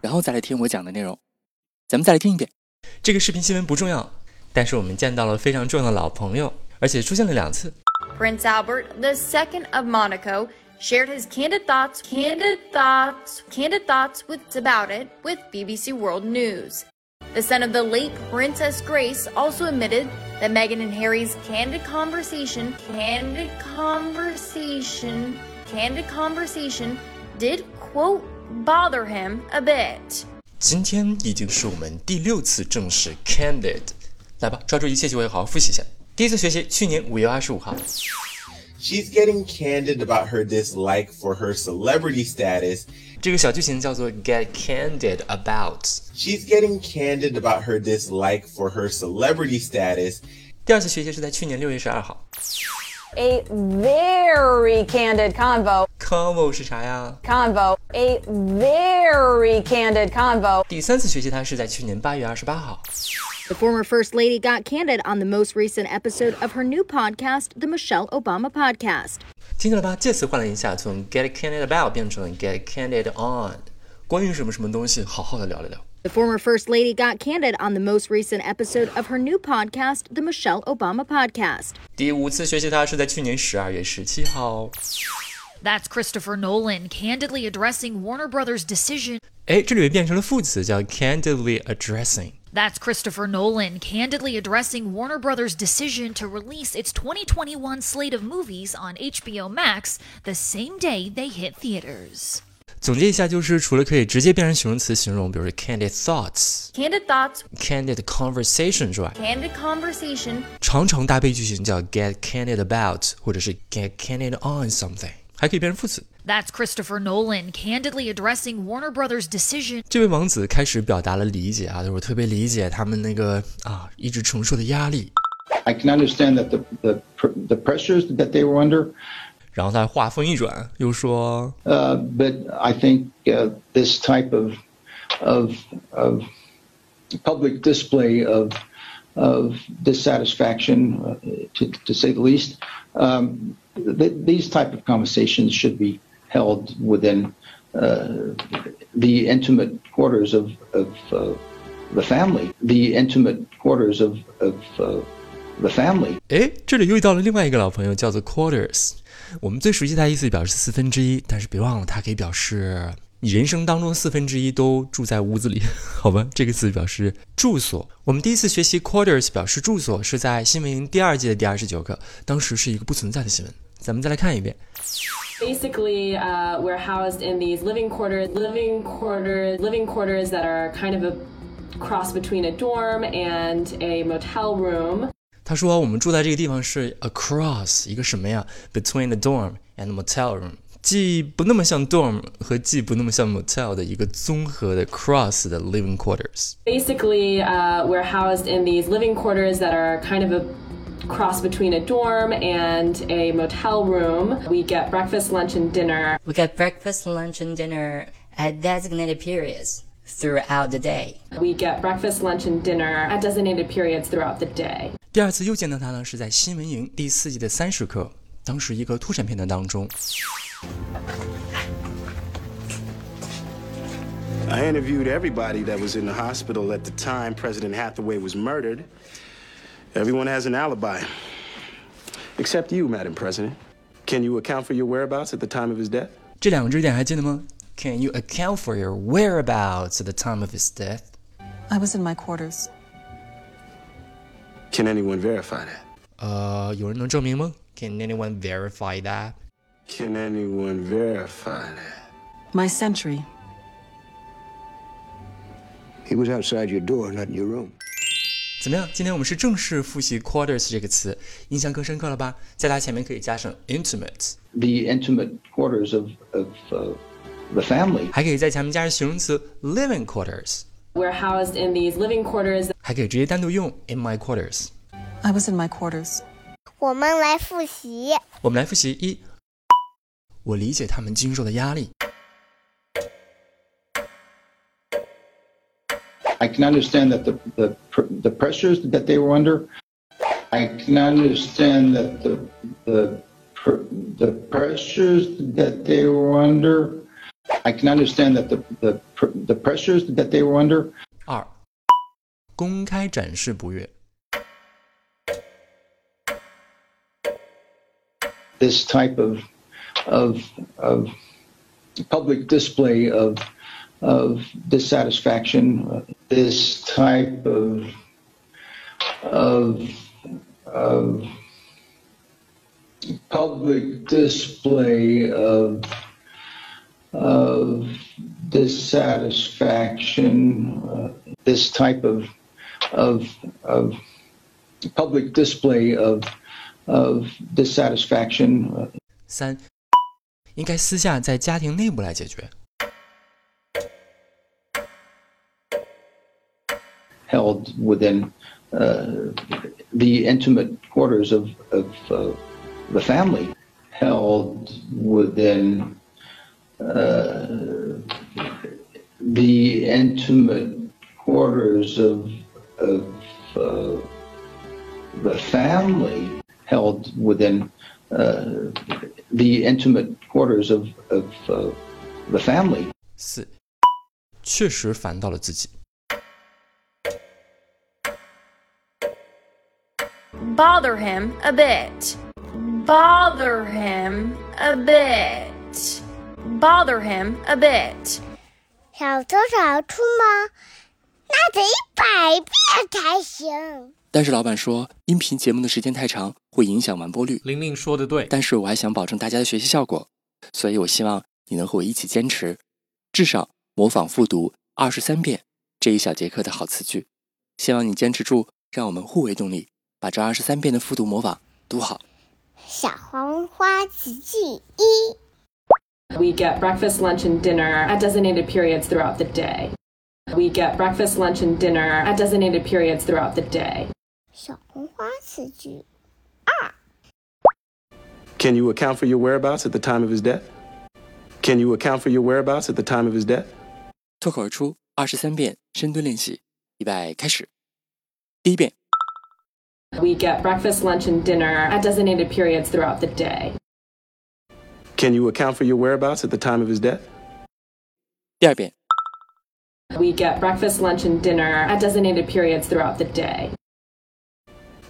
然后再来听我讲的内容。咱们再来听一遍。这个视频新闻不重要，但是我们见到了非常重要的老朋友，而且出现了两次。 Prince Albert II of Monaco shared his candid thoughts, candid thoughts, candid thoughts with, about it with BBC World News. The son of the late Princess Grace also admitted that Meghan and Harry's candid conversation, candid conversation, candid conversation did, quote, bother him a bit. 今天已经是我们第六次正式 candid，来吧，抓住一切机会，好好复习一下。第一次学习，去年五月二十五号。 She's getting candid about her dislike for her celebrity status. 这个小剧情叫做 Get Candid About。 She's getting candid about her dislike for her celebrity status. 第二次学习是在去年六月十二号。 a very candid convo. Convo 是啥呀？ Convo. A very candid convo. 第三次学习它是在去年八月二十八号。 The former First Lady got candid on the most recent episode of her new podcast, The Michelle Obama Podcast. 听见了吧？介词换了一下，从 Get Candid About 变成了 Get Candid On，关于什么什么东西，好好的聊了聊。 The former First Lady got candid on the most recent episode of her new podcast, The Michelle Obama Podcast. 第五次学习它是在去年十二月十七号。 That's Christopher Nolan candidly addressing Warner Brothers' decision. 哎，这里面变成了副词，叫 Candidly Addressing。 That's Christopher Nolan candidly addressing Warner Brothers' decision to release its 2021 slate of movies on HBO Max the same day they hit theaters. 总结一下，就是除了可以直接变成形容词形容，比如说 candid thoughts、 candid thoughts, candid conversation 之外， candid conversation, 常常搭配句型叫 get candid about，或者是 get candid on something，还可以变成副词。 That's Christopher Nolan candidly addressing Warner Brothers' decision. 这位王子开始表达了理解啊，就是我特别理解他们那个啊一直承受的压力。 I can understand that the, the, pr- the pressures that they were under, 然后他话锋一转，又说 uh, but I think uh, this type of, of, of public display of, of dissatisfaction, uh, to, to say the least, um, th- these type of conversations should be held within uh, the intimate quarters of, of uh, the family, the intimate quarters of, of uh, the family. 哎，这里又遇到了另外一个老朋友，叫做 quarters。我们最熟悉它的意思表示四分之一，但是别忘了它可以表示你人生当中四分之一都住在屋子里， 好吧？这个词表示住所。我们第一次学习 quarters 表示住所是在新闻营第二季的第二十九课，当时是一个不存在的新闻。咱们再来看一遍， Basically, uh, we're housed in these living quarters, living quarters, living quarters that are kind of a cross between a dorm and a motel room. 他说我们住在这个地方是 across 一个什么呀？between the dorm and motel room，既不那么像 dorm 和既不那么像 motel 的一个综合的 cross 的 living quarters。 Basically, uh, we're housed in these living quarters that are kind of a cross between a dorm and a motel room. We get breakfast, lunch, and dinner. We get breakfast, lunch, and dinner at designated periods throughout the day. We get breakfast, lunch, and dinner at designated periods throughout the day. 第二次又见到他呢，是在新闻营第四季的三十课，当时一个脱产片段当中， I interviewed everybody that was in the hospital at the time President Hathaway was murdered. Everyone has an alibi. Except you, Madam President. Can you account for your whereabouts at the time of his death? 这两个知识点还记得吗？Can you account for your whereabouts at the time of his death？ I was in my quarters. Can anyone verify that? 呃，有人能证明吗？Can anyone verify that？ Can anyone verify that? My sentry. He was outside your door, not in your room. 怎么样？今天我们是正式复习 quarters 这个词，印象更深刻了吧？在它前面可以加上 intimate。 the intimate quarters of, of uh, the family. 还可以在前面加上形容词 living quarters， We're housed in these living quarters 还可以直接单独用 in my quarters。 I was in my quarters. 我们来复习。我们来复习一，我理解他们经受的压力。 I can understand that the, the, pr- the pressures that they were under. I can understand that the, the, pr- the pressures that they were under. I can understand that the, the, pr- the pressures that they were under. 二，公开展示不悦。 this type of of of public display of of dissatisfaction, uh, this type of of of public display of of dissatisfaction, uh, this type of of of public display of of dissatisfaction, uh, 三，应该私下在家庭内部来解决。 held within uh, the intimate quarters of, of uh, the family, held within uh, the intimate quarters of, of uh, the family, held within uh, the intimate quarters of, of uh, the family. 四，确实烦到了自己。 Bother him a bit. Bother him a bit. Bother him a bit. 小偷小出吗？那得一百遍才行。但是老板说，音频节目的时间太长，会影响完播率。玲玲说的对，但是我还想保证大家的学习效果，所以我希望你能和我一起坚持，至少模仿复读二十三遍这一小节课的好词句。希望你坚持住，让我们互为动力，把这二十三遍的复读模仿读好。小黄花词句一， We get breakfast, lunch, and dinner at designated periods throughout the day. We get breakfast, lunch, and dinner at designated periods throughout the day. 小红花词句 Can you account for your whereabouts at the time of his death? Can you account for your whereabouts at the time of his death? 脱口而出二十三遍深蹲练习，预备开始。第一遍， We get breakfast, lunch, and dinner at designated periods throughout the day. Can you account for your whereabouts at the time of his death? 第二遍， We get breakfast, lunch, and dinner at designated periods throughout the day.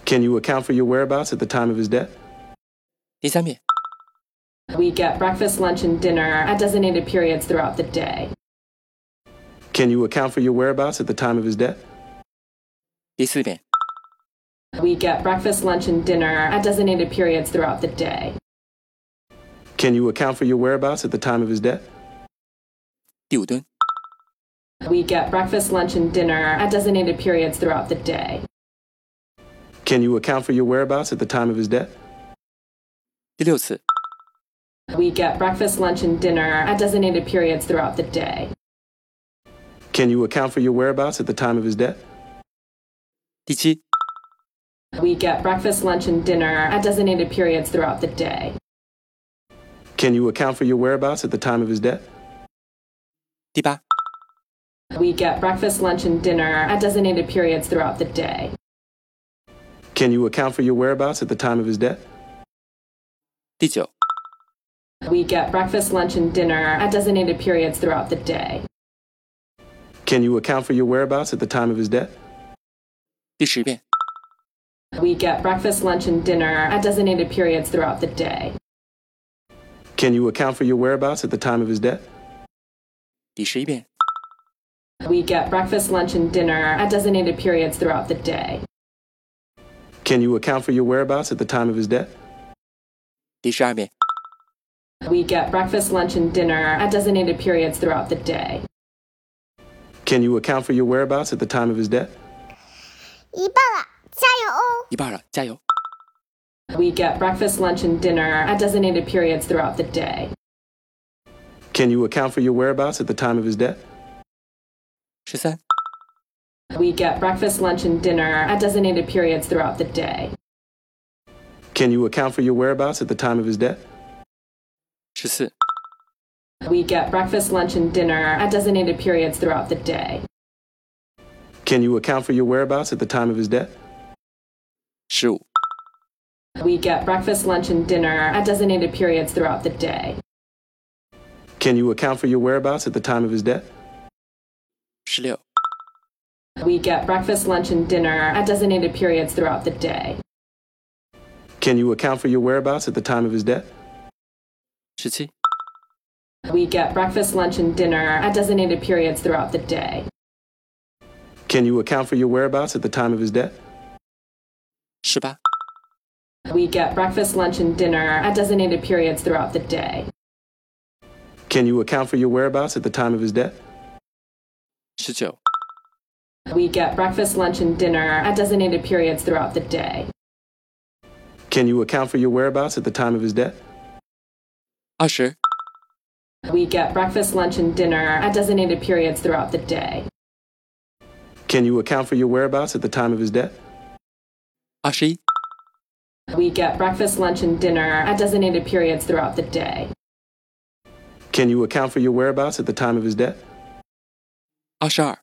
Can you account for your whereabouts at the time of his death? 第三遍， We get breakfast, lunch, and dinner at designated periods throughout the day. Can you account for your whereabouts at the time of his death? 第四遍， We get breakfast, lunch, and dinner at designated periods throughout the day. Can you account for your whereabouts at the time of his death? 第五蹲， We get breakfast, lunch, and dinner at designated periods throughout the day. Can you account for your whereabouts at the time of his death? 第六次， We get breakfast, lunch, and dinner at designated periods throughout the day. Can you account for your whereabouts at the time of his death? 第七， We get breakfast, lunch, and dinner at designated periods throughout the day. Can you account for your whereabouts at the time of his death? 第八， We get breakfast, lunch, and dinner at designated periods throughout the day. Can you account for your whereabouts at the time of his death? 第九， We get breakfast, lunch, and dinner at designated periods throughout the day. Can you account for your whereabouts at the time of his death? 第十遍， We get breakfast, lunch, and dinner at designated periods throughout the day. Can you account for your whereabouts at the time of his death? 第十一遍， We get breakfast, lunch, and dinner at designated periods throughout the day. Can you account for your whereabouts at the time of his death? 第十二遍， We get breakfast, lunch, and dinner at designated periods throughout the day. Can you account for your whereabouts at the time of his death? 一半了，加油哦！一半了，加油！ We get breakfast, lunch, and dinner at designated periods throughout the day. Can you account for your whereabouts at the time of his death? 十三、 We get breakfast, lunch, and dinner at designated periods throughout the day. Can you account for your whereabouts at the time of his death? 十四、 We get breakfast, lunch, and dinner at designated periods throughout the day. Can you account for your whereabouts at the time of his death? 十五、 We get breakfast, lunch, and dinner at designated periods throughout the day. Can you account for your whereabouts at the time of his death? 十六、 We get breakfast, lunch, and dinner at designated periods throughout the day. Can you account for your whereabouts at the time of his death? 十七、 We get breakfast, lunch, and dinner at designated periods throughout the day. Can you account for your whereabouts at the time of his death? 十八、 We get breakfast, lunch, and dinner at designated periods throughout the day. Can you account for your whereabouts at the time of his death? 十九、 We get breakfast, lunch, and dinner at designated periods throughout the day. Can you account for your whereabouts at the time of his death? 二十、 We get breakfast, lunch, and dinner at designated periods throughout the day. Can you account for your whereabouts at the time of his death? 二十一、 We get breakfast, lunch, and dinner at designated periods throughout the day. Can you account for your whereabouts at the time of his death? 二十二、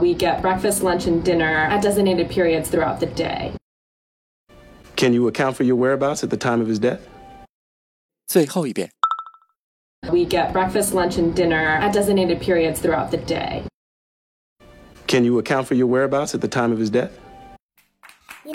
We get breakfast, lunch, and dinner at designated periods throughout the day. Can you account for your whereabouts at the time of his death? 最后一遍。 We get breakfast, lunch, and dinner at designated periods throughout the day. Can you account for your whereabouts at the time of his death? 你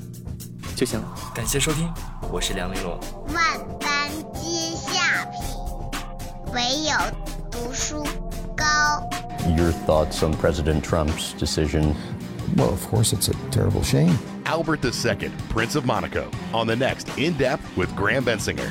就行了。感谢收听，我是梁丽罗。万般皆下品，唯有读书高。 Your thoughts on President Trump's decision? Well, of course, it's a terrible shame. Albert II, Prince of Monaco, on the next In Depth with Graham Bensinger.